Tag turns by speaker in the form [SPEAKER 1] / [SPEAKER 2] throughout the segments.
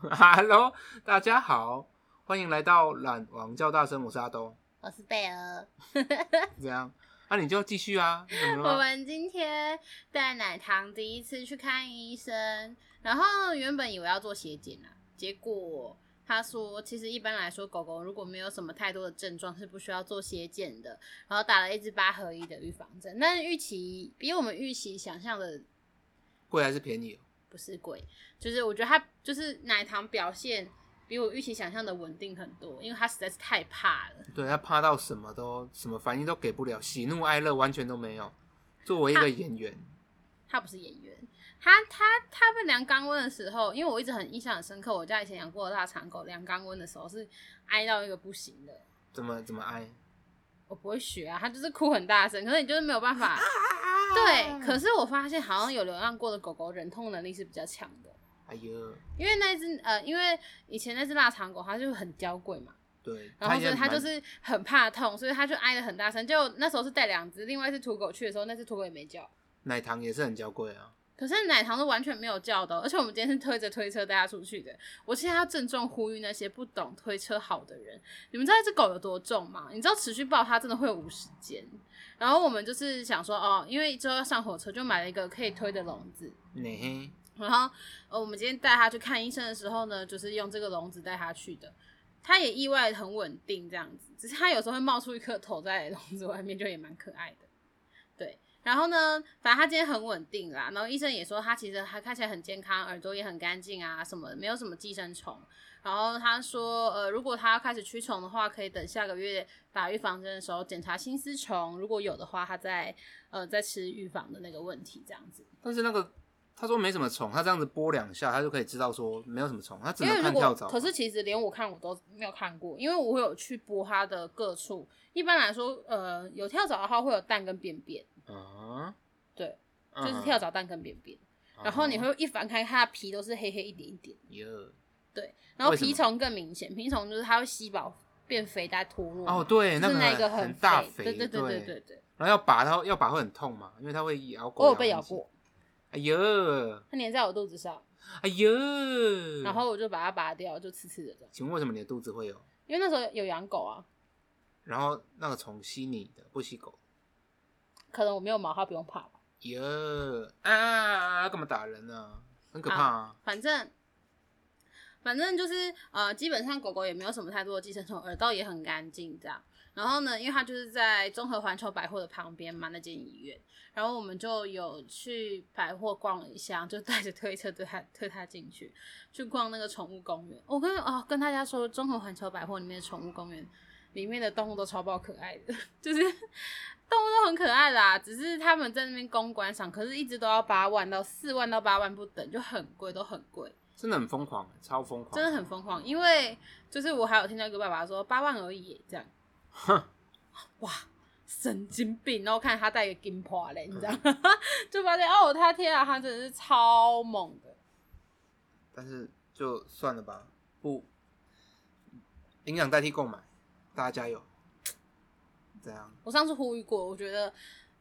[SPEAKER 1] Hello，大家好，欢迎来到懒王叫大声，我是阿东。
[SPEAKER 2] 我是贝儿。
[SPEAKER 1] 这样，那、你就继续啊。怎么
[SPEAKER 2] 我
[SPEAKER 1] 了吗？
[SPEAKER 2] 们今天带奶糖第一次去看医生，然后原本以为要做血检啊，结果他说，其实一般来说，狗狗如果没有什么太多的症状，是不需要做血检的。然后打了一支八合一的预防针，但是预期比我们预期想象的
[SPEAKER 1] 贵还是便宜哦？
[SPEAKER 2] 不是贵，就是我觉得它就是奶糖表现比我预期想象的稳定很多，因为它实在是太怕了。
[SPEAKER 1] 对他怕到什么都什么反应都给不了，喜怒哀乐完全都没有。作为一个演员，
[SPEAKER 2] 他不是演员，他他他被量肛温的时候，因为我一直很印象很深刻，我家以前养过的腊肠狗量肛温的时候是哀到一个不行的，
[SPEAKER 1] 怎么怎么哀？
[SPEAKER 2] 我不会学啊，它就是哭很大声，可是你就是没有办法。对，可是我发现好像有流浪过的狗狗忍痛能力是比较强的，
[SPEAKER 1] 哎呦，
[SPEAKER 2] 因为那只呃，因为以前那只腊肠狗它就很娇贵嘛，
[SPEAKER 1] 对，
[SPEAKER 2] 然后
[SPEAKER 1] 也
[SPEAKER 2] 所以它
[SPEAKER 1] 蛮
[SPEAKER 2] 就是很怕痛，所以它就哀的很大声。就那时候是带两只，另外一只土狗去的时候，那只土狗也没叫。
[SPEAKER 1] 奶糖也是很娇贵啊。
[SPEAKER 2] 可是奶糖是完全没有叫的哦、而且我们今天是推着推车带它出去的。我现在要郑重呼吁那些不懂推车好的人，你们知道一只狗有多重吗？你知道持续抱它真的会有五十斤。然后我们就是想说，哦，因为之后要上火车，就买了一个可以推的笼子。
[SPEAKER 1] 嘿嘿，
[SPEAKER 2] 然后呃，我们今天带它去看医生的时候呢，就是用这个笼子带它去的。它也意外地很稳定这样子，只是它有时候会冒出一颗头在笼子外面，就也蛮可爱的。对，然后呢，反正它今天很稳定啦。然后医生也说它其实还看起来很健康，耳朵也很干净啊，什么的没有什么寄生虫。然后他说，呃，如果它要开始驱虫的话，可以等下个月打预防针的时候检查心丝虫，如果有的话，它再呃再吃预防的那个问题这样子。
[SPEAKER 1] 但是那个他说没什么虫，他这样子拨两下，他就可以知道说没有什么虫，他只
[SPEAKER 2] 因为
[SPEAKER 1] 能
[SPEAKER 2] 如
[SPEAKER 1] 看
[SPEAKER 2] 果
[SPEAKER 1] 跳蚤。
[SPEAKER 2] 可是其实连我看我都没有看过，因为我有去拨它的各处。一般来说，呃，有跳蚤的话会有蛋跟便便，
[SPEAKER 1] 啊，
[SPEAKER 2] 对，
[SPEAKER 1] 嗯哦
[SPEAKER 2] 就是跳，蚤蛋跟便便。然后
[SPEAKER 1] 啊
[SPEAKER 2] 你会一翻开，它的皮都是黑黑一点一点，
[SPEAKER 1] 哟
[SPEAKER 2] 然后
[SPEAKER 1] 为什么
[SPEAKER 2] 蜱虫更明显，蜱虫就是它会吸饱变肥，再脱落。
[SPEAKER 1] 哦，，对，
[SPEAKER 2] 就是
[SPEAKER 1] 个
[SPEAKER 2] 那个
[SPEAKER 1] 很
[SPEAKER 2] 很
[SPEAKER 1] 大
[SPEAKER 2] 肥
[SPEAKER 1] 肥，
[SPEAKER 2] 对对对对对。
[SPEAKER 1] 然后要拔它，要拔会很痛嘛，因为它会咬狗。
[SPEAKER 2] 我有被咬
[SPEAKER 1] 东西。
[SPEAKER 2] 过，
[SPEAKER 1] 哎呦，
[SPEAKER 2] 它粘在我肚子上，
[SPEAKER 1] 哎呦。嗯
[SPEAKER 2] 然，后我就把它拔掉，就刺刺的这样。
[SPEAKER 1] 请问为什么你的肚子会有？
[SPEAKER 2] 因为那时候有养狗啊，
[SPEAKER 1] 然后那个虫吸你的，不吸狗。
[SPEAKER 2] 可能我没有毛，它不用怕吧。
[SPEAKER 1] 哟啊，干嘛打人呢、很可怕啊！
[SPEAKER 2] 反正反正就是呃，基本上狗狗也没有什么太多的寄生虫，耳道也很干净这样。然后呢，因为它就是在综合环球百货的旁边嘛，那间医院，然后我们就有去百货逛了一下，就带着推车推它推它进去，去逛那个宠物公园。我跟哦跟大家说，综合环球百货里面的宠物公园里面的动物都超爆可爱的，就是 动物都很可爱啦，只是他们在那边公观赏，可是一直都要八万到四万到八万不等，就很贵，都很贵，
[SPEAKER 1] 真的很疯狂，欸超疯狂，
[SPEAKER 2] 真的很疯狂。因为就是我还有听到一个爸爸说八万而已，这样
[SPEAKER 1] 哼。
[SPEAKER 2] 哇，神经病！然后看他戴一个金帕嘞，你知道吗？ 就发现哦，他天啊，他真的是超猛的。
[SPEAKER 1] 但是就算了吧，不，营养代替购买，大家加油。这样，
[SPEAKER 2] 我上次呼吁过，我觉得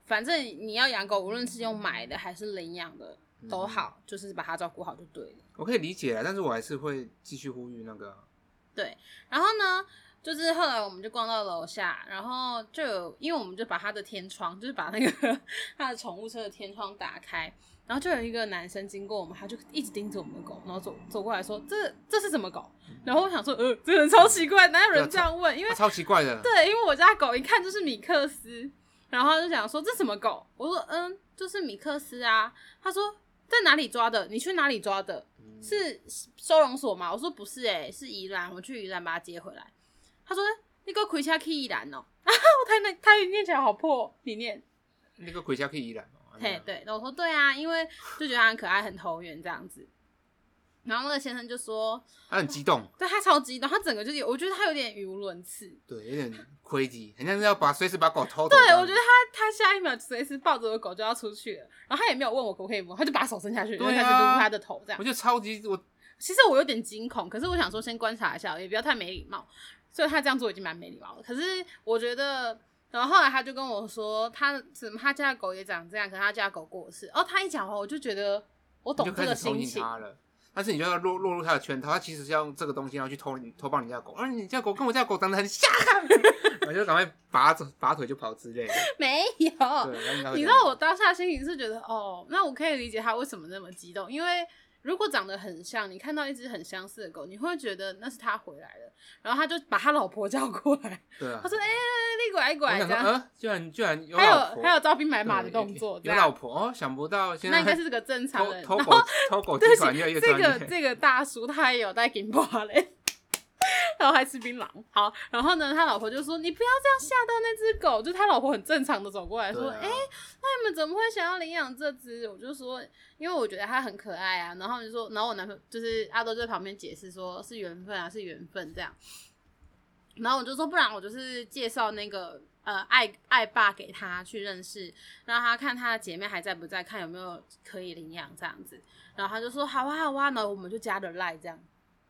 [SPEAKER 2] 反正你要养狗，无论是用买的还是领养的都好，就是把它照顾好就对了。
[SPEAKER 1] 我可以理解啊，但是我还是会继续呼吁那个啊
[SPEAKER 2] 然后呢，就是后来我们就逛到楼下，然后就有，因为我们就把他的天窗，就是把那个 他的宠物车的天窗打开，然后就有一个男生经过我们，他就一直盯着我们的狗，然后走走过来说：“这这是什么狗？”然后我想说：“呃，这个人超奇怪，哪有人这样问？”因为
[SPEAKER 1] 嗯啊超奇怪的。
[SPEAKER 2] 对，因为我家狗一看就是米克斯，然后他就想说这什么狗？我说嗯，就是米克斯啊。他说在哪里抓的？你去哪里抓的？
[SPEAKER 1] 对
[SPEAKER 2] 是收容所吗？我说不是、欸，哎，是宜兰，我去宜兰把它接回来。他说那个回家去宜兰哦、 啊，我台南台语念起来好破哦，你念。
[SPEAKER 1] 那个鬼家可以依然哦。
[SPEAKER 2] 嘿，对，那我说对啊，因为就觉得它很可爱，很投缘这样子。然后那个先生就说，
[SPEAKER 1] 他很激动，
[SPEAKER 2] 对他超激动，他整个就是有，我觉得他有点语无伦次，
[SPEAKER 1] 对，有点 crazy，很像是要把随时把狗偷走。
[SPEAKER 2] 对，我觉得他他下一秒随时抱着我狗就要出去了，然后他也没有问我可不可以摸，他就把手伸下去，然后
[SPEAKER 1] 对
[SPEAKER 2] 开
[SPEAKER 1] 啊
[SPEAKER 2] 始撸他的头这样
[SPEAKER 1] 我。就超级我
[SPEAKER 2] 其实我有点惊恐，可是我想说先观察一下，也不要太没礼貌。所以他这样做已经蛮没礼貌了。可是我觉得，然后后来他就跟我说，他怎么他家的狗也长这样，可是他家的狗过世。哦，他一讲完我就觉得我
[SPEAKER 1] 你
[SPEAKER 2] 懂
[SPEAKER 1] 就
[SPEAKER 2] 这
[SPEAKER 1] 开
[SPEAKER 2] 个
[SPEAKER 1] 始同
[SPEAKER 2] 心
[SPEAKER 1] 情
[SPEAKER 2] 情，
[SPEAKER 1] 他了。但是你就要落落入他的圈套，他其实是要用这个东西然后去偷你偷抱你家狗，而你家狗跟我家狗长得很像， 然后就赶快拔走拔腿就跑之类的。
[SPEAKER 2] 没有，
[SPEAKER 1] 对，然后赶快
[SPEAKER 2] 你知道我当下心情是觉得，哦，那我可以理解他为什么那么激动，因为如果长得很像，你看到一只很相似的狗，你会觉得那是他回来了，然后他就把他老婆 叫过来，
[SPEAKER 1] 对啊
[SPEAKER 2] 他，说：“哎、你拐一拐
[SPEAKER 1] 我
[SPEAKER 2] 这
[SPEAKER 1] 想说，
[SPEAKER 2] 样。
[SPEAKER 1] 呃，居然居然有
[SPEAKER 2] 还
[SPEAKER 1] 老
[SPEAKER 2] 有
[SPEAKER 1] 婆，
[SPEAKER 2] 还有招兵买马的
[SPEAKER 1] 对
[SPEAKER 2] 动作，这
[SPEAKER 1] 有
[SPEAKER 2] 样
[SPEAKER 1] 老婆哦，想不到现
[SPEAKER 2] 那
[SPEAKER 1] 在
[SPEAKER 2] 应该是个正常
[SPEAKER 1] 偷
[SPEAKER 2] 人。
[SPEAKER 1] 偷
[SPEAKER 2] 然
[SPEAKER 1] 狗
[SPEAKER 2] 后
[SPEAKER 1] 偷狗集
[SPEAKER 2] 对不
[SPEAKER 1] 团越来越
[SPEAKER 2] 起，这
[SPEAKER 1] 专
[SPEAKER 2] 个
[SPEAKER 1] 业，
[SPEAKER 2] 这个大叔他也有带金包嘞， 然后还吃槟榔。好，然后呢，他老婆就说：“你不要这样吓到那只狗。”就他老婆很正常的走过来说：“哎、
[SPEAKER 1] 对啊
[SPEAKER 2] 那你们怎么会想要领养这只？”我就说：“因为我觉得它很可爱啊。”然后就说，然后我男朋友就是阿多就在旁边解释说：“是缘分啊，是缘分这样。”然后我就说，不然我就是介绍那个呃爱爱爸给他去认识，让他看他的姐妹还在不在，看有没有可以领养这样子。然后他就说好啊好啊，然后我们就加了赖这样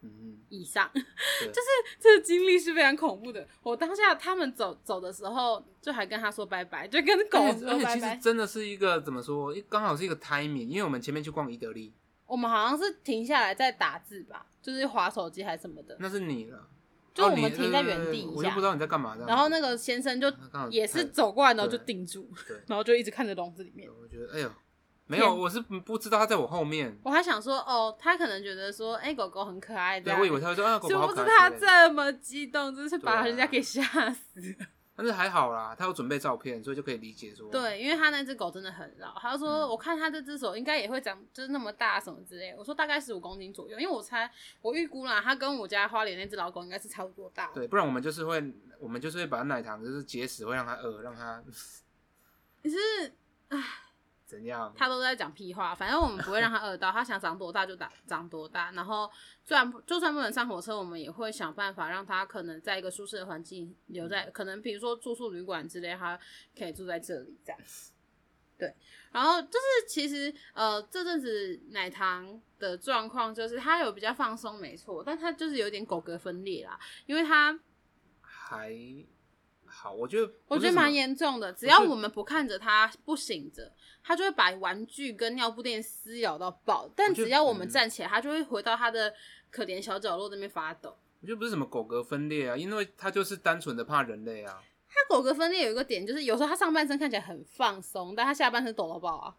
[SPEAKER 1] 嗯，
[SPEAKER 2] 以上，
[SPEAKER 1] 对
[SPEAKER 2] 就是这个经历是非常恐怖的。我当下他们走走的时候，就还跟他说拜拜，就跟狗
[SPEAKER 1] 而且
[SPEAKER 2] 说
[SPEAKER 1] 而且
[SPEAKER 2] 拜
[SPEAKER 1] 其实
[SPEAKER 2] 拜。
[SPEAKER 1] 真的是一个怎么说，刚好是一个 timing，因为我们前面去逛伊德利，
[SPEAKER 2] 我们好像是停下来在打字吧，就是划手机还是什么的。
[SPEAKER 1] 那是你了，
[SPEAKER 2] 就
[SPEAKER 1] 哦
[SPEAKER 2] 我们
[SPEAKER 1] 你
[SPEAKER 2] 停在原
[SPEAKER 1] 对
[SPEAKER 2] 地
[SPEAKER 1] 对
[SPEAKER 2] 一
[SPEAKER 1] 对我就
[SPEAKER 2] 下
[SPEAKER 1] 不知道你在干嘛这样子。
[SPEAKER 2] 然后那个先生就
[SPEAKER 1] 那刚好
[SPEAKER 2] 也
[SPEAKER 1] 太
[SPEAKER 2] 是走过来，然后就
[SPEAKER 1] 对
[SPEAKER 2] 定住，
[SPEAKER 1] 对
[SPEAKER 2] 然后就一直看着笼子里面
[SPEAKER 1] 对。我觉得哎呦，没有，
[SPEAKER 2] 天
[SPEAKER 1] 我是不知道他在我后面，
[SPEAKER 2] 我还想说，哦，他可能觉得说，哎、狗狗很可爱的、
[SPEAKER 1] 对
[SPEAKER 2] 啊，
[SPEAKER 1] 我以为他会说啊，狗
[SPEAKER 2] 殊
[SPEAKER 1] 狗好
[SPEAKER 2] 不
[SPEAKER 1] 可
[SPEAKER 2] 知
[SPEAKER 1] 爱
[SPEAKER 2] 他
[SPEAKER 1] 之类的，
[SPEAKER 2] 这么激动，真是把
[SPEAKER 1] 对啊
[SPEAKER 2] 人家给吓死了。
[SPEAKER 1] 但是还好啦，他有准备照片，所以就可以理解说，，
[SPEAKER 2] 对，因为他那只狗真的很老，他就说、
[SPEAKER 1] 嗯
[SPEAKER 2] 我看他这只手应该也会长，就是那么大什么之类的。我说大概十五公斤左右，因为我猜我预估啦，他跟我家花莲那只老狗应该是差不多大。
[SPEAKER 1] 对，不然我们就是会，我们就是会把奶糖就是节食，会让它饿，让它
[SPEAKER 2] 可是
[SPEAKER 1] 怎样？
[SPEAKER 2] 他都在讲屁话，反正我们不会让他饿到，他想长多大就长长多大。然后虽然不就算不能上火车，我们也会想办法让他可能在一个舒适的环境留在，可能比如说住宿旅馆之类，他可以住在这里这样。对，然后就是其实呃这阵子奶糖的状况就是他有比较放松没错，但他就是有点狗格分裂啦，因为他
[SPEAKER 1] 还好，我觉得不
[SPEAKER 2] 我
[SPEAKER 1] 是
[SPEAKER 2] 觉得
[SPEAKER 1] 什么
[SPEAKER 2] 蛮严重的，只
[SPEAKER 1] 不
[SPEAKER 2] 要
[SPEAKER 1] 是
[SPEAKER 2] 我们不看着它不醒着，它就会把玩具跟尿布垫撕咬到爆。但
[SPEAKER 1] 我觉得
[SPEAKER 2] 只要我们
[SPEAKER 1] 嗯
[SPEAKER 2] 站起来，它就会回到它的可怜小角落那边发抖。
[SPEAKER 1] 我觉得不是什么狗格分裂啊，因为它就是单纯的怕人类啊。
[SPEAKER 2] 它狗格分裂有一个点，就是有时候它上半身看起来很放松，但它下半身抖 到爆啊！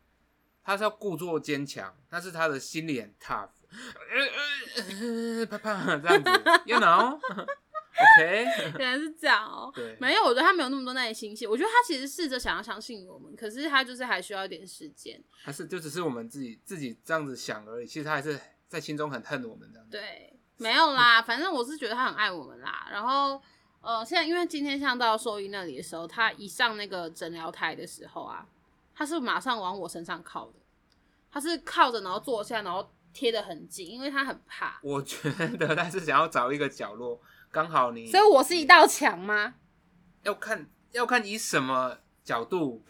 [SPEAKER 1] 他是要故作坚强，但是他的心里很 tough，呃呃呃，啪啪这样子，you know，OK，
[SPEAKER 2] 原来是这样哦、
[SPEAKER 1] 对，
[SPEAKER 2] 没有，我觉得它没有那么多耐心我觉得它其实试着想要相信我们，可是它就是还需要一点时间。
[SPEAKER 1] 还是就只是我们自己自己这样子想而已，其实他还是在心中很恨我们这样子。
[SPEAKER 2] 对，没有啦，反正我是觉得他很爱我们啦。然后，呃，现在因为今天像到兽医那里的时候，他一上那个诊疗台的时候啊，他是马上往我身上靠的，他是靠着然后坐下，然后贴得很紧，因为他很怕。
[SPEAKER 1] 我觉得他是想要找一个角落，刚好你
[SPEAKER 2] 所以我是一道墙吗？
[SPEAKER 1] 要看要看以什么角度，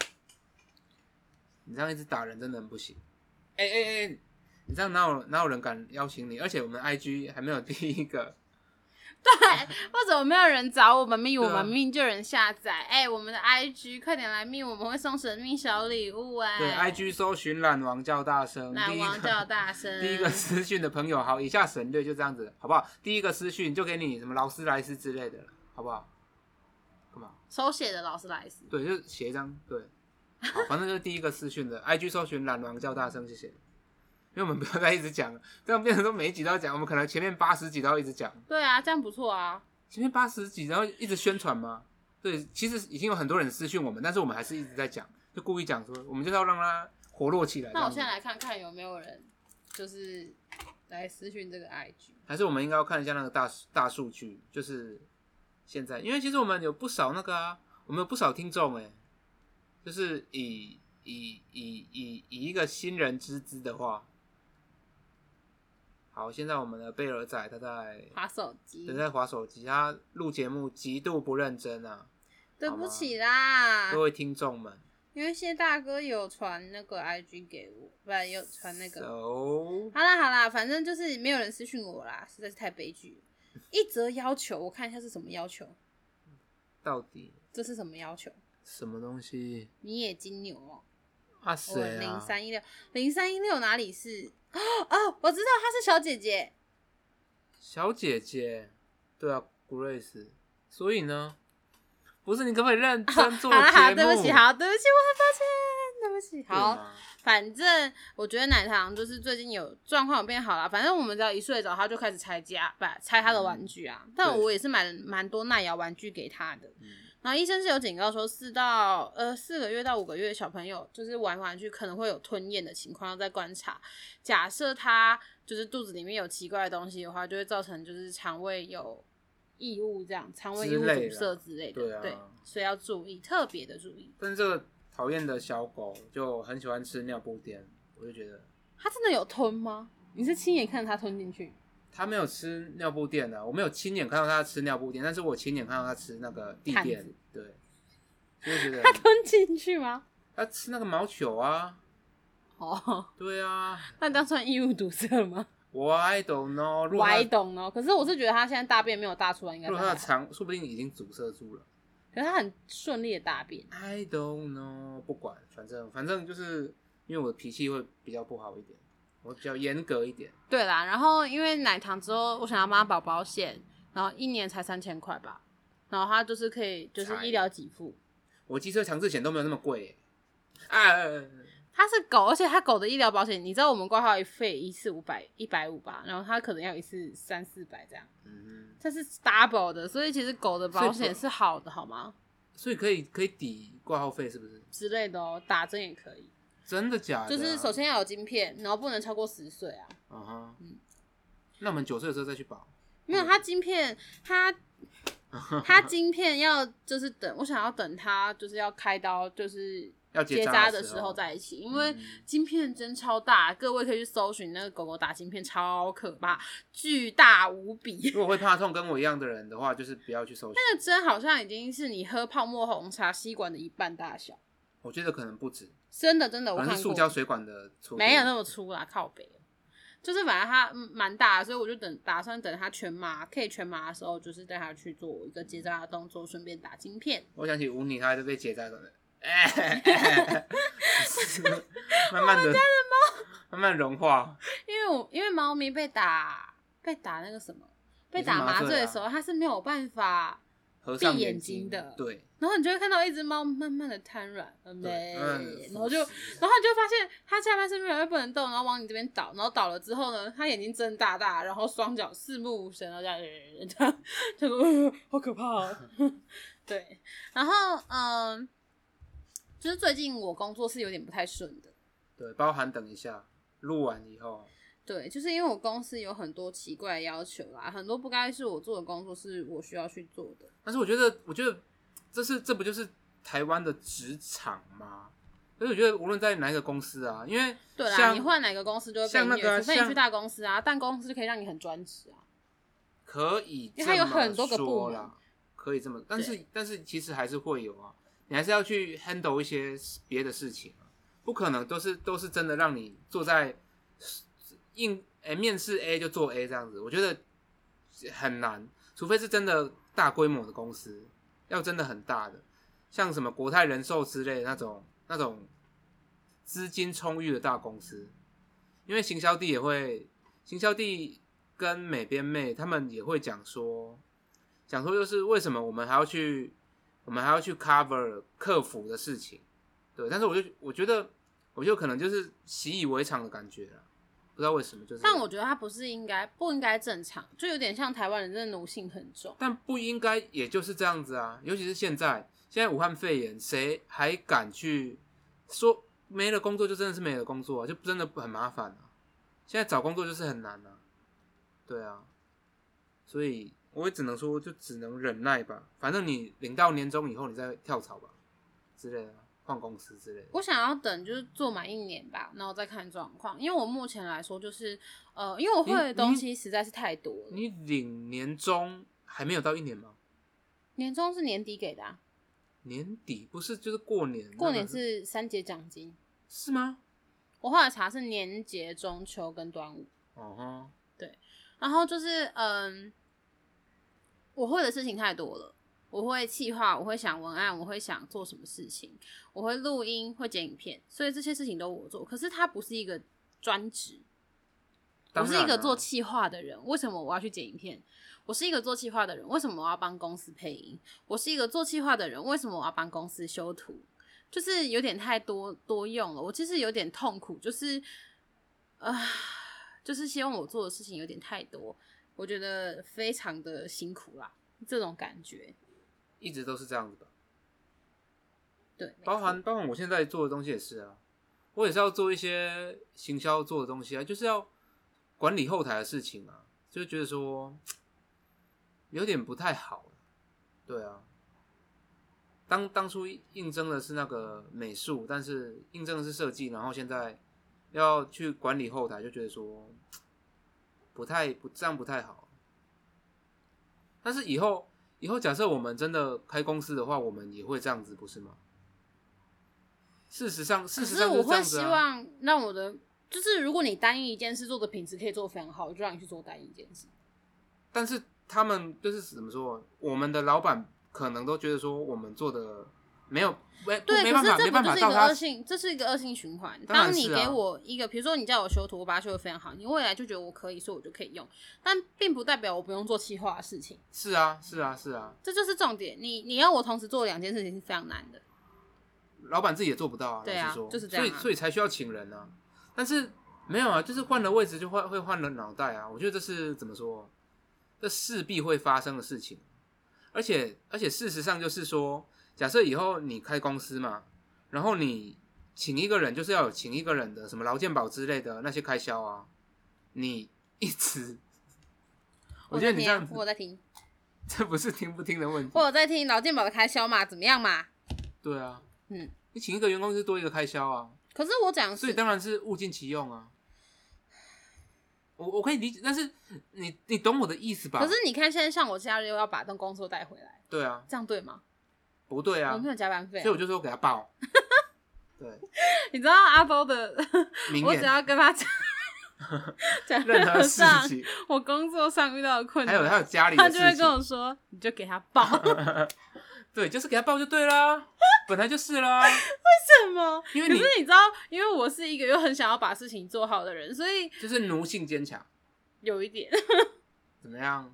[SPEAKER 1] 你这样一直打人真的很不行。哎哎哎，你这样哪有哪有人敢邀请你？而且我们 IG 还没有第一个。
[SPEAKER 2] 为什么没有人找我们密？我
[SPEAKER 1] 对啊
[SPEAKER 2] 们密就有人下载。哎、我们的 IG 快点来密，我们会送神秘小礼物哎、
[SPEAKER 1] 对，IG 搜寻懒王叫大声，
[SPEAKER 2] 奶
[SPEAKER 1] 第一
[SPEAKER 2] 王叫
[SPEAKER 1] 个
[SPEAKER 2] 大 声，
[SPEAKER 1] 第一个私讯的朋友，好，以下省略就这样子，好不好？第一个私讯就给你什么劳斯莱斯之类的了，好不好？干嘛？
[SPEAKER 2] 手写的老师来斯。
[SPEAKER 1] 对，就写一张，对，好，反正就是第一个私讯的，IG 搜寻懒王叫大声，谢谢。因为我们不要再一直讲了，这样变成说每一集都要讲，我们可能前面八十集都要一直讲，
[SPEAKER 2] 对啊，这样不错啊。
[SPEAKER 1] 前面八十集然后一直宣传吗？对，其实已经有很多人私讯我们，但是我们还是一直在讲，就故意讲说，我们就是要让它活络起来。
[SPEAKER 2] 那我
[SPEAKER 1] 这样子
[SPEAKER 2] 现在来看看有没有人就是来私讯这个 IG。
[SPEAKER 1] 还是我们应该要看一下那个大数大数据，就是现在，因为其实我们有不少那个啊，我们有不少听众哎、就是以以以以以一个新人之资的话，好，现在我们的贝尔仔他在
[SPEAKER 2] 划手机
[SPEAKER 1] 他，在划手机，他录节目极度不认真啊，
[SPEAKER 2] 对不起啦，
[SPEAKER 1] 各位听众们
[SPEAKER 2] 因为谢大哥有传那个 IG 给我，不然有传那
[SPEAKER 1] 啊
[SPEAKER 2] 个。
[SPEAKER 1] ，so
[SPEAKER 2] 好啦好啦，反正就是没有人私讯我啦，实在是太悲剧了。一则要求，我看一下是什么要求，
[SPEAKER 1] 到底
[SPEAKER 2] 这是什么要求？
[SPEAKER 1] 什么东西？
[SPEAKER 2] 你也金牛哦，
[SPEAKER 1] 啊
[SPEAKER 2] 我
[SPEAKER 1] 谁
[SPEAKER 2] 零
[SPEAKER 1] 啊？
[SPEAKER 2] 三一六零三一六哪里是？哦哦，我知道她是小姐姐，
[SPEAKER 1] 小姐姐，对啊，Grace。所以呢，不是你可不可以认真
[SPEAKER 2] 哦好
[SPEAKER 1] 做
[SPEAKER 2] 啦好
[SPEAKER 1] 节
[SPEAKER 2] 啦，
[SPEAKER 1] 目？
[SPEAKER 2] 对不起，好，对不起，我很抱歉，对不起，
[SPEAKER 1] 对
[SPEAKER 2] 好，
[SPEAKER 1] 吗
[SPEAKER 2] 反正我觉得奶糖就是最近有状况有变好了，反正我们只要一睡着，他就开始拆家，不拆他的玩具啊。但
[SPEAKER 1] 嗯对
[SPEAKER 2] 我也是买了蛮多耐咬玩具给他的。
[SPEAKER 1] 嗯
[SPEAKER 2] 然后医生是有警告说，四到呃四个月到五个月的小朋友就是玩玩具可能会有吞咽的情况，要再观察。假设他就是肚子里面有奇怪的东西的话，就会造成就是肠胃有异物这样，肠胃异物
[SPEAKER 1] 之类
[SPEAKER 2] 阻
[SPEAKER 1] 的
[SPEAKER 2] 塞之类的，
[SPEAKER 1] 对啊
[SPEAKER 2] 所以要注意，特别的注意。
[SPEAKER 1] 但是这个讨厌的小狗就很喜欢吃尿布垫，我就觉得
[SPEAKER 2] 他真的有吞吗？你是亲眼看着他吞进去？
[SPEAKER 1] 它没有吃尿布垫的、我没有亲眼看到它吃尿布垫，但是我亲眼看到它吃那个地
[SPEAKER 2] 毯
[SPEAKER 1] 垫
[SPEAKER 2] 子，
[SPEAKER 1] 对，就会觉得
[SPEAKER 2] 吞进去吗？
[SPEAKER 1] 它吃那个毛球啊，
[SPEAKER 2] 哦，
[SPEAKER 1] 对啊，
[SPEAKER 2] 那当算异物堵塞吗？
[SPEAKER 1] 我 I don't know，如
[SPEAKER 2] 我
[SPEAKER 1] 果它
[SPEAKER 2] 还懂哦，可是我是觉得他现在大便没有大出来，应该
[SPEAKER 1] 如
[SPEAKER 2] 是
[SPEAKER 1] 果它
[SPEAKER 2] 还
[SPEAKER 1] 的
[SPEAKER 2] 好
[SPEAKER 1] 肠说不定已经阻塞住了。
[SPEAKER 2] 可是他很顺利的大便。
[SPEAKER 1] I don't know，不管，反正反正就是因为我的脾气会比较不好一点，我比较严格一点。
[SPEAKER 2] 对啦，然后因为奶糖之后，我想要帮他保保险，然后一年才三千块吧，然后他就是可以就是
[SPEAKER 1] 才
[SPEAKER 2] 医疗给付。
[SPEAKER 1] 我机车强制险都没有那么贵耶、啊，
[SPEAKER 2] 他是狗，而且他狗的医疗保险，你知道我们挂号费一次五百一百五吧，然后他可能要一次三四百这样，
[SPEAKER 1] 嗯，
[SPEAKER 2] 这是 double 的，所以其实狗的保
[SPEAKER 1] 所以
[SPEAKER 2] 险
[SPEAKER 1] 不
[SPEAKER 2] 是好的，好吗？
[SPEAKER 1] 所以可以可以抵挂号费是不是？
[SPEAKER 2] 之类的哦，打针也可以。
[SPEAKER 1] 真的假的啊、
[SPEAKER 2] 就是首先要有晶片，然后不能超过十岁啊。
[SPEAKER 1] 嗯哼，
[SPEAKER 2] 嗯
[SPEAKER 1] 那我们九岁的时候再去保，
[SPEAKER 2] 没有，它晶片，它它晶片要就是等，我想要等它就是要开刀，就是
[SPEAKER 1] 要结
[SPEAKER 2] 结
[SPEAKER 1] 扎
[SPEAKER 2] 扎
[SPEAKER 1] 的
[SPEAKER 2] 的
[SPEAKER 1] 时
[SPEAKER 2] 时
[SPEAKER 1] 候
[SPEAKER 2] 候在一起，因为
[SPEAKER 1] 嗯
[SPEAKER 2] 晶片真超大，各位可以去搜寻那个狗狗打晶片，超可怕，巨大无 比。
[SPEAKER 1] 如果会怕痛跟我一样的人的话，就是不要去搜寻。
[SPEAKER 2] 那个针好像已经是你喝泡沫红茶吸管的一半大小，
[SPEAKER 1] 我觉得可能不止，
[SPEAKER 2] 真的真的，我
[SPEAKER 1] 可能
[SPEAKER 2] 看
[SPEAKER 1] 是
[SPEAKER 2] 过
[SPEAKER 1] 塑。胶水管的粗度。
[SPEAKER 2] 没有那么粗啦，靠北。就是反正它嗯蛮大的，所以我就等打算等它全麻，可以全麻的时候，就是带它去做一个结扎的动作，顺便打晶片。
[SPEAKER 1] 我想起吴妮，她就被结扎的，哎慢慢的，慢慢融化，
[SPEAKER 2] 因为我因为猫咪被打被打那个什么，被打麻醉的时候，它是没有办法，
[SPEAKER 1] 合上
[SPEAKER 2] 闭眼
[SPEAKER 1] 睛
[SPEAKER 2] 睛的
[SPEAKER 1] 对，
[SPEAKER 2] 然后你就会看到一只猫慢慢的瘫软，
[SPEAKER 1] 对
[SPEAKER 2] 没，
[SPEAKER 1] 嗯，
[SPEAKER 2] 然后就然后你就发现它下半身越来越不能动，然后往你这边倒，然后倒了之后呢，它眼睛睁大大，然后双脚四目无神，然后这样，呃这样，这样，呃好可怕哦。 对，然后嗯，就是最近我工作是有点不太顺的，
[SPEAKER 1] 对，包含等一下录完以后，
[SPEAKER 2] 对，就是因为我公司有很多奇怪的要求啦，很多不该是我做的工作是我需要去做的。
[SPEAKER 1] 但是我觉得，我觉得这是这不就是台湾的职场吗？所以我觉得无论在哪一个公司啊，因为
[SPEAKER 2] 对啦，
[SPEAKER 1] 像
[SPEAKER 2] 你换哪个公司就会被
[SPEAKER 1] 像那
[SPEAKER 2] 虐，
[SPEAKER 1] 个啊
[SPEAKER 2] 除非你
[SPEAKER 1] 像
[SPEAKER 2] 去大公司啊，但公司就可以让你很专职啊。
[SPEAKER 1] 可以这
[SPEAKER 2] 因
[SPEAKER 1] 么
[SPEAKER 2] 为它有很多个部
[SPEAKER 1] 说
[SPEAKER 2] 门
[SPEAKER 1] 啦，可以这么，但是但是其实还是会有啊，你还是要去 handle 一些别的事情啊，不可能都是都是真的让你坐在应诶、面试 A 就做 A 这样子，我觉得很难，除非是真的大规模的公司，要真的很大的，像什么国泰人寿之类的那种那种资金充裕的大公司，因为行销地也会，行销地跟美编妹他们也会讲说，讲说就是为什么我们还要去，我们还要去 cover 客服的事情，对，但是我就我觉得，我就可能就是习以为常的感觉了，不知道为什么就是，
[SPEAKER 2] 但我觉得它不是应该不应该正常，就有点像台湾人真的奴性很重。
[SPEAKER 1] 但不应该也就是这样子啊，尤其是现在，现在武汉肺炎，谁还敢去说没了工作就真的是没了工作啊，就真的很麻烦啊。现在找工作就是很难啊，对啊，所以我也只能说就只能忍耐吧，反正你领到年终以后你再跳槽吧之类的啊，换公司之类的。
[SPEAKER 2] 我想要等就是做满一年吧，然后再看状况。因为我目前来说就是呃，因为我会
[SPEAKER 1] 你
[SPEAKER 2] 的东
[SPEAKER 1] 你
[SPEAKER 2] 西实在是太多了。
[SPEAKER 1] 你领年终还没有到一年吗？
[SPEAKER 2] 年终是年底给的、啊，
[SPEAKER 1] 年底不是就是过年？
[SPEAKER 2] 过年
[SPEAKER 1] 那个
[SPEAKER 2] 是三节奖金。
[SPEAKER 1] 是吗？
[SPEAKER 2] 我后来查是年节、中秋跟端午。
[SPEAKER 1] 哦吼，
[SPEAKER 2] 然后就是嗯，我会的事情太多了，我会企划，我会想文案，我会想做什么事情，我会录音，会剪影片，所以这些事情都我做。可是它不是一个专职，我
[SPEAKER 1] 当然啊
[SPEAKER 2] 是一个
[SPEAKER 1] 啦
[SPEAKER 2] 做企划的人，为什么我要去剪影片？我是一个做企划的人，为什么我要帮公司配音？我是一个做企划的人，为什么我要帮公司修图？就是有点太多多用了，我其实有点痛苦，就是啊、就是希望我做的事情有点太多，我觉得非常的辛苦啦，这种感觉。
[SPEAKER 1] 一直都是这样子吧。
[SPEAKER 2] 对，没
[SPEAKER 1] 包
[SPEAKER 2] 错
[SPEAKER 1] 含包含我现在做的东西也是啊，我也是要做一些行销做的东西啊，就是要管理后台的事情啊，就觉得说有点不太好。对啊，当当初应征的是那个美术，但是应征的是设计，然后现在要去管理后台，就觉得说不太不这样不太好。但是以后以后假设我们真的开公司的话，我们也会这样子，不是吗？事实上，事
[SPEAKER 2] 可
[SPEAKER 1] 实
[SPEAKER 2] 是
[SPEAKER 1] 上
[SPEAKER 2] 我
[SPEAKER 1] 就这
[SPEAKER 2] 会
[SPEAKER 1] 样
[SPEAKER 2] 希
[SPEAKER 1] 子啊。
[SPEAKER 2] 望让我的，就是如果你单一一件事做的品质可以做得非常好，我就让你去做单一一件事。
[SPEAKER 1] 但是他们就是怎么说，我们的老板可能都觉得说我们做的没有没
[SPEAKER 2] 对，
[SPEAKER 1] 没
[SPEAKER 2] 可
[SPEAKER 1] 办
[SPEAKER 2] 是
[SPEAKER 1] 法
[SPEAKER 2] 这
[SPEAKER 1] 没办
[SPEAKER 2] 不就
[SPEAKER 1] 法
[SPEAKER 2] 是一
[SPEAKER 1] 到
[SPEAKER 2] 个
[SPEAKER 1] 他
[SPEAKER 2] 恶性，这是一个恶性循环。
[SPEAKER 1] 当然
[SPEAKER 2] 当你
[SPEAKER 1] 是啊
[SPEAKER 2] 给我一个，比如说你叫我修图，我把它修的非常好，你未来就觉得我可以，所以我就可以用，但并不代表我不用做企划的事情，
[SPEAKER 1] 是啊是啊是啊，
[SPEAKER 2] 这就是重点。你你要我同时做两件事情是非常难的。
[SPEAKER 1] 老板自己也做不到啊，
[SPEAKER 2] 对啊
[SPEAKER 1] 老实说，
[SPEAKER 2] 就是这样啊
[SPEAKER 1] 所以所以才需要请人啊。但是没有啊，就是换了位置就换会换了脑袋啊，我觉得这是怎么说，这势必会发生的事情。而且而且事实上就是说，假设以后你开公司嘛，然后你请一个人就是要有请一个人的什么劳健保之类的那些开销啊，你一直，我觉得你这
[SPEAKER 2] 在
[SPEAKER 1] 样
[SPEAKER 2] 听啊，我有在听，
[SPEAKER 1] 这不是听不听的问题
[SPEAKER 2] 我，有在听劳健保的开销嘛，怎么样嘛？
[SPEAKER 1] 对啊，
[SPEAKER 2] 嗯，
[SPEAKER 1] 你请一个员工就是多一个开销啊，
[SPEAKER 2] 可是我讲的
[SPEAKER 1] 所以
[SPEAKER 2] 是，
[SPEAKER 1] 当然是物尽其用啊。我我可以理解，但是你你懂我的意思吧？
[SPEAKER 2] 可是你看现在像我假日又要把那工作带回来，
[SPEAKER 1] 对啊，
[SPEAKER 2] 这样对吗？
[SPEAKER 1] 不对啊
[SPEAKER 2] 我，没有加班费啊、
[SPEAKER 1] 所以我就说给他 报。对，
[SPEAKER 2] 你知道阿周的，
[SPEAKER 1] 明
[SPEAKER 2] 我只
[SPEAKER 1] 年
[SPEAKER 2] 要跟他讲讲
[SPEAKER 1] 任何事
[SPEAKER 2] 上
[SPEAKER 1] 情，
[SPEAKER 2] 我工作上遇到的困
[SPEAKER 1] 还
[SPEAKER 2] 难，
[SPEAKER 1] 有还有家里
[SPEAKER 2] 他
[SPEAKER 1] 的
[SPEAKER 2] 就会
[SPEAKER 1] 事
[SPEAKER 2] 跟
[SPEAKER 1] 情，嗯
[SPEAKER 2] 我说，你就给他报 什
[SPEAKER 1] 对，就是给他报就对啦，本来就是 啦。
[SPEAKER 2] 么？
[SPEAKER 1] 因为
[SPEAKER 2] 可
[SPEAKER 1] 你
[SPEAKER 2] 是你知道，因为我是一个又很想要把事情做好的人，所以
[SPEAKER 1] 就是奴性坚强，
[SPEAKER 2] 有一点，
[SPEAKER 1] 怎么样？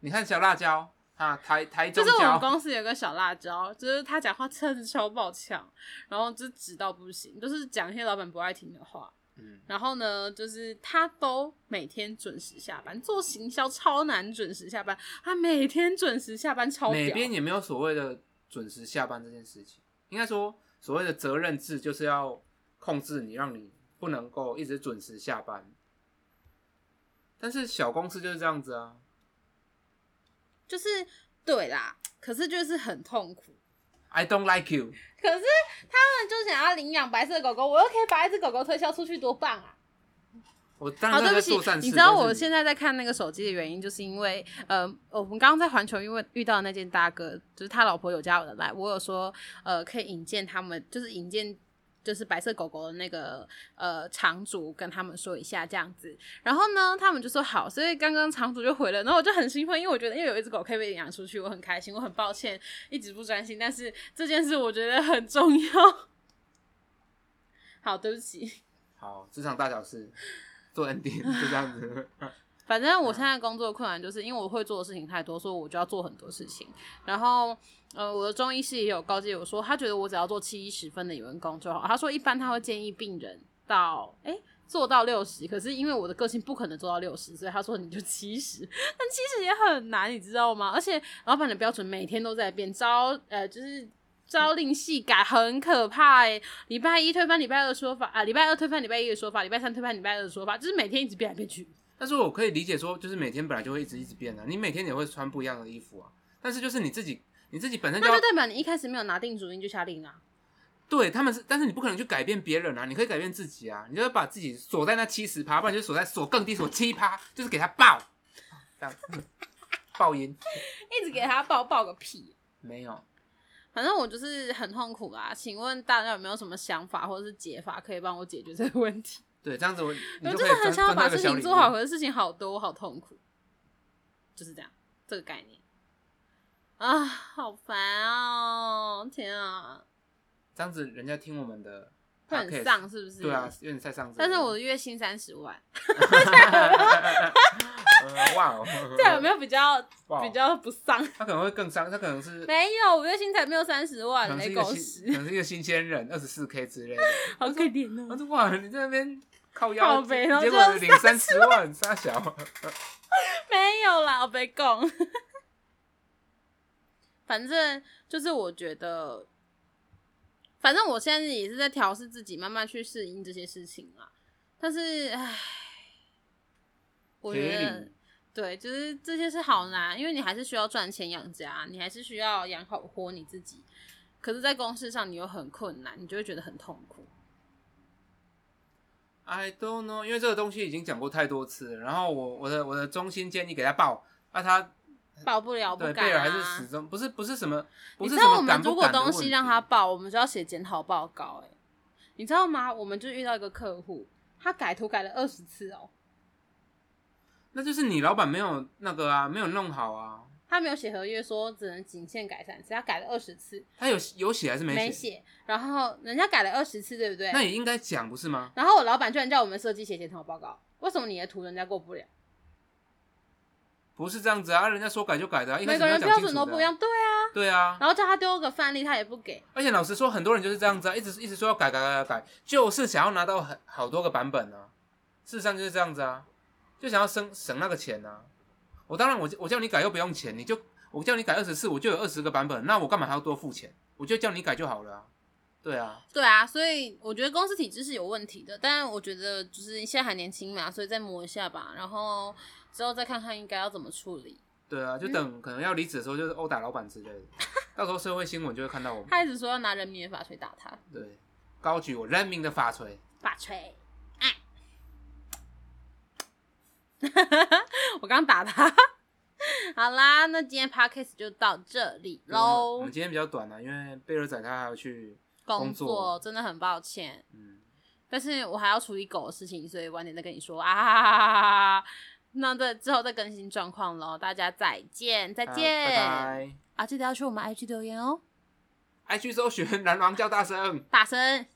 [SPEAKER 1] 你看小辣椒啊，台台
[SPEAKER 2] 就
[SPEAKER 1] 中
[SPEAKER 2] 是我们
[SPEAKER 1] 椒，
[SPEAKER 2] 公司有个小辣椒，就是他讲话真的超爆呛，然后就直到不行，就是讲一些老板不爱听的话。
[SPEAKER 1] 嗯，
[SPEAKER 2] 然后呢，就是他都每天准时下班，做行销超难准时下班，他每天准时下班超
[SPEAKER 1] 哪
[SPEAKER 2] 屌。
[SPEAKER 1] 边也没有所谓的准时下班这件事情。应该说，所谓的责任制就是要控制你，让你不能够一直准时下班。但是小公司就是这样子啊，
[SPEAKER 2] 就是对啦，可是就是很痛苦。
[SPEAKER 1] I don't like you。
[SPEAKER 2] 可是他们就想要领养白色狗狗，我又可以把一只狗狗推销出去，多棒啊！
[SPEAKER 1] 我当
[SPEAKER 2] 好、
[SPEAKER 1] 然在
[SPEAKER 2] 对不起
[SPEAKER 1] 做善，事。
[SPEAKER 2] 你知道
[SPEAKER 1] 但是
[SPEAKER 2] 我现在在看那个手机的原因，就是因为呃，我们刚刚在环球因为遇到的那件大哥，就是他老婆有加我的来，我有说呃可以引荐他们，就是引荐。就是白色狗狗的那个呃场主跟他们说一下这样子，然后呢，他们就说好，所以刚刚场主就回了，然后我就很兴奋，因为我觉得因为有一只狗可以被领养出去，我很开心，我很抱歉一直不专心，但是这件事我觉得很重要。 好，对不起。
[SPEAKER 1] 好职场大小事做 ending 就这样子。
[SPEAKER 2] 反正我现在工作的困难就是因为我会做的事情太多，所以我就要做很多事情。然后，呃，我的中医师也有告诫我说，他觉得我只要做七十分的员工就好。他说，一般他会建议病人到诶做到六十，可是因为我的个性不可能做到六十，所以他说你就七十。 但七十也很难，你知道吗？而且老板的标准每天都在变，招呃就是。朝令夕改很可怕哎、礼拜一推翻礼拜二的说法啊，礼拜二推翻礼拜一的说法，礼拜三推翻礼拜二的说法，就是每天一直变来变去。
[SPEAKER 1] 但是我可以理解说，就是每天本来就会一直一直变啊，你每天也会穿不一样的衣服啊。但是就是你自己，你自己本身就
[SPEAKER 2] 那
[SPEAKER 1] 要
[SPEAKER 2] 就代表你一开始没有拿定主意就下令啊。
[SPEAKER 1] 对他们是，但是你不可能去改变别人啊，你可以改变自己啊，你就要把自己锁在那七十趴，不然就锁在锁更低，锁七趴，就是给他爆，这样爆音
[SPEAKER 2] 一直给他抱抱个屁。
[SPEAKER 1] 没有。
[SPEAKER 2] 反正我就是很痛苦啦。请问大家有没有什么想法或者是解法可以帮我解决这个问题？
[SPEAKER 1] 对，这样子我你
[SPEAKER 2] 我
[SPEAKER 1] 就可
[SPEAKER 2] 真
[SPEAKER 1] 以
[SPEAKER 2] 的很
[SPEAKER 1] 赚赚
[SPEAKER 2] 想要
[SPEAKER 1] 到
[SPEAKER 2] 把
[SPEAKER 1] 一个
[SPEAKER 2] 事
[SPEAKER 1] 小
[SPEAKER 2] 情
[SPEAKER 1] 礼
[SPEAKER 2] 做好，
[SPEAKER 1] 物。
[SPEAKER 2] 可是事情好多，好痛苦，就是这样，这个概念。啊，好烦哦！天啊，
[SPEAKER 1] 这样子人家听我们的
[SPEAKER 2] 会很
[SPEAKER 1] podcast，
[SPEAKER 2] 丧是不是？
[SPEAKER 1] 对啊，有点太上。
[SPEAKER 2] 但 是我的月薪三十万，
[SPEAKER 1] 呃哇哦，
[SPEAKER 2] 这样有没有比较
[SPEAKER 1] 哇哦
[SPEAKER 2] 比较不丧？
[SPEAKER 1] 他可能会更伤，他可能是
[SPEAKER 2] 没有，啊我月薪才没有三十
[SPEAKER 1] 可
[SPEAKER 2] 万
[SPEAKER 1] 能是
[SPEAKER 2] 嘞，
[SPEAKER 1] 一个
[SPEAKER 2] 狗
[SPEAKER 1] 新，可
[SPEAKER 2] 屎，
[SPEAKER 1] 能是一个新鲜人，二十四 K 之 类的。
[SPEAKER 2] 好可怜
[SPEAKER 1] 我
[SPEAKER 2] 哦。
[SPEAKER 1] 说哇，你在那边靠腰，
[SPEAKER 2] 靠北然后
[SPEAKER 1] 结
[SPEAKER 2] 就
[SPEAKER 1] 果领三十万，傻小。
[SPEAKER 2] 没有啦，我被供。 反正就是我觉得，反正我现在也是在调试自己，慢慢去适应这些事情啦。但是，唉，我觉
[SPEAKER 1] 铁
[SPEAKER 2] 得
[SPEAKER 1] 岭
[SPEAKER 2] 对，就是这些是好难，啊因为你还是需要赚钱养家，你还是需要养好活你自己。可是，在公事上你又很困难，你就会觉得很痛苦。
[SPEAKER 1] I don't know，因为这个东西已经讲过太多次了。然后我我的我的中心建议给他报，那、他
[SPEAKER 2] 报不了，不
[SPEAKER 1] 呃对贝
[SPEAKER 2] 敢
[SPEAKER 1] 尔还
[SPEAKER 2] 啊！
[SPEAKER 1] 是始终不是不是什么，不
[SPEAKER 2] 你
[SPEAKER 1] 是
[SPEAKER 2] 知
[SPEAKER 1] 什
[SPEAKER 2] 道我
[SPEAKER 1] 么
[SPEAKER 2] 们
[SPEAKER 1] 敢
[SPEAKER 2] 如
[SPEAKER 1] 不
[SPEAKER 2] 果
[SPEAKER 1] 敢的
[SPEAKER 2] 东
[SPEAKER 1] 问
[SPEAKER 2] 西
[SPEAKER 1] 题
[SPEAKER 2] 让他报，我们就要写检讨报告、哎，你知道吗？我们就遇到一个客户，他改图改了二十次哦，
[SPEAKER 1] 那就是你老板没有那个啊，没有弄好啊。
[SPEAKER 2] 他没有写合约说只能仅限改三次，他改了二十次
[SPEAKER 1] 他有有写还是
[SPEAKER 2] 没
[SPEAKER 1] 没？
[SPEAKER 2] 写，然后人家改了二十次，对不对？
[SPEAKER 1] 那也应该讲不是吗？
[SPEAKER 2] 然后我老板居然叫我们设计写检讨报告，为什么你的图人家过不了？
[SPEAKER 1] 不是这样子啊，人家说改就改的、啊，一开
[SPEAKER 2] 每
[SPEAKER 1] 始
[SPEAKER 2] 个
[SPEAKER 1] 没有
[SPEAKER 2] 人
[SPEAKER 1] 讲
[SPEAKER 2] 标
[SPEAKER 1] 清
[SPEAKER 2] 准
[SPEAKER 1] 楚
[SPEAKER 2] 都
[SPEAKER 1] 的
[SPEAKER 2] 不
[SPEAKER 1] 啊
[SPEAKER 2] 一。样，对啊。
[SPEAKER 1] 对啊，
[SPEAKER 2] 然后叫他丢个范例，他也不给，
[SPEAKER 1] 而且老实说，很多人就是这样子啊，一直一直说要改改改改改，就是想要拿到很好多个版本啊。事实上就是这样子啊，就想要省省那个钱啊。我当然我我叫你改又不用钱，你就我叫你改二十次，我就有二十个版本，那我干嘛还要多付钱？我就叫你改就好了啊。对啊，
[SPEAKER 2] 对啊，所以我觉得公司体制是有问题的，但我觉得就是现在还年轻嘛，所以再磨一下吧，然后之后再看看应该要怎么处理。
[SPEAKER 1] 对啊，就等可能要离职的时候，就是殴打老板之类的，到时候社会新闻就会看到我们。
[SPEAKER 2] 他一直说要拿人民的法锤打他，
[SPEAKER 1] 对，高举我人民的法锤。
[SPEAKER 2] 法锤，啊！ 我刚打他。好啦，那今天 podcast 就到这里
[SPEAKER 1] 我
[SPEAKER 2] 喽
[SPEAKER 1] 们。今天比较短了、啊因为贝尔仔他还要去，
[SPEAKER 2] 工
[SPEAKER 1] 工
[SPEAKER 2] 作
[SPEAKER 1] 作
[SPEAKER 2] 真的很抱歉，
[SPEAKER 1] 嗯，
[SPEAKER 2] 但是我还要处理狗的事情，所以晚点再跟你说啊。那这之后再更新状况喽，大家再见，再
[SPEAKER 1] 啊
[SPEAKER 2] 见
[SPEAKER 1] 拜
[SPEAKER 2] 啊！记得要去我们 IG 留言哦，
[SPEAKER 1] 拜。IG 搜寻蓝王叫大声。
[SPEAKER 2] 大声